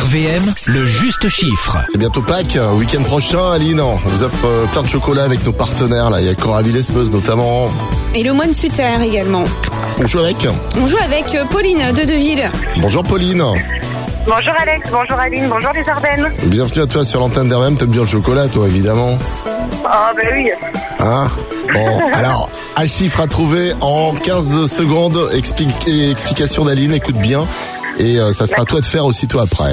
LVM, le juste chiffre. C'est bientôt Pâques, euh, week-end prochain, Aline. On vous offre euh, plein de chocolats avec nos partenaires. Là, il y a Cora Villesmeuse notamment. Et le moine Sutter également. On joue avec. On joue avec euh, Pauline de Deville. Bonjour Pauline. Bonjour Alex, bonjour Aline, bonjour les Ardennes. Bienvenue à toi sur l'antenne d'RMM. T'aimes bien le chocolat, toi, évidemment. Ah ben oui, Hein Bon, alors, un chiffre à trouver en 15 secondes. Explique- et explication d'Aline, écoute bien. Et euh, ça sera à toi de faire aussi toi après.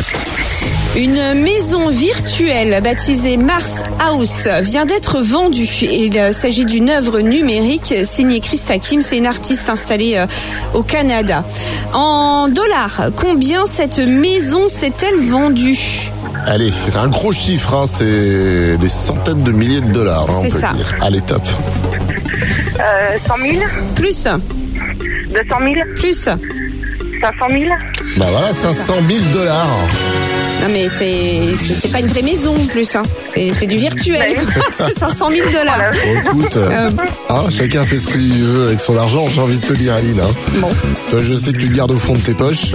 Une maison virtuelle baptisée Mars House vient d'être vendue. Il euh, s'agit d'une œuvre numérique signée Christa Kim. C'est une artiste installée euh, au Canada. En dollars, combien cette maison s'est-elle vendue Allez, c'est un gros chiffre, hein, c'est des centaines de milliers de dollars, hein, on C'est peut ça. dire. Allez, top. euh, 100 000, Plus, 200 000, plus. Non 500 000. Bah voilà, 500 000 dollars. mais c'est c'est- c'est pas une vraie maison plus. Hein. C'est c'est du virtuel. 500 000 dollars. Bon, écoute, euh, hein, chacun fait ce qu'il veut avec son argent, j'ai envie de te dire, Aline. hein. Bon. Toi, je sais que tu le gardes au fond de tes poches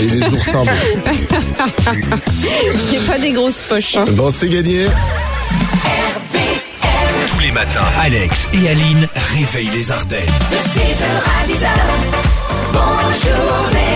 et des oursins. bleus. J'ai pas des grosses poches. hein. Bon, c'est gagné. Tous les matins, Alex et Aline réveillent les Ardennes. De 6h à 10h, bonne journée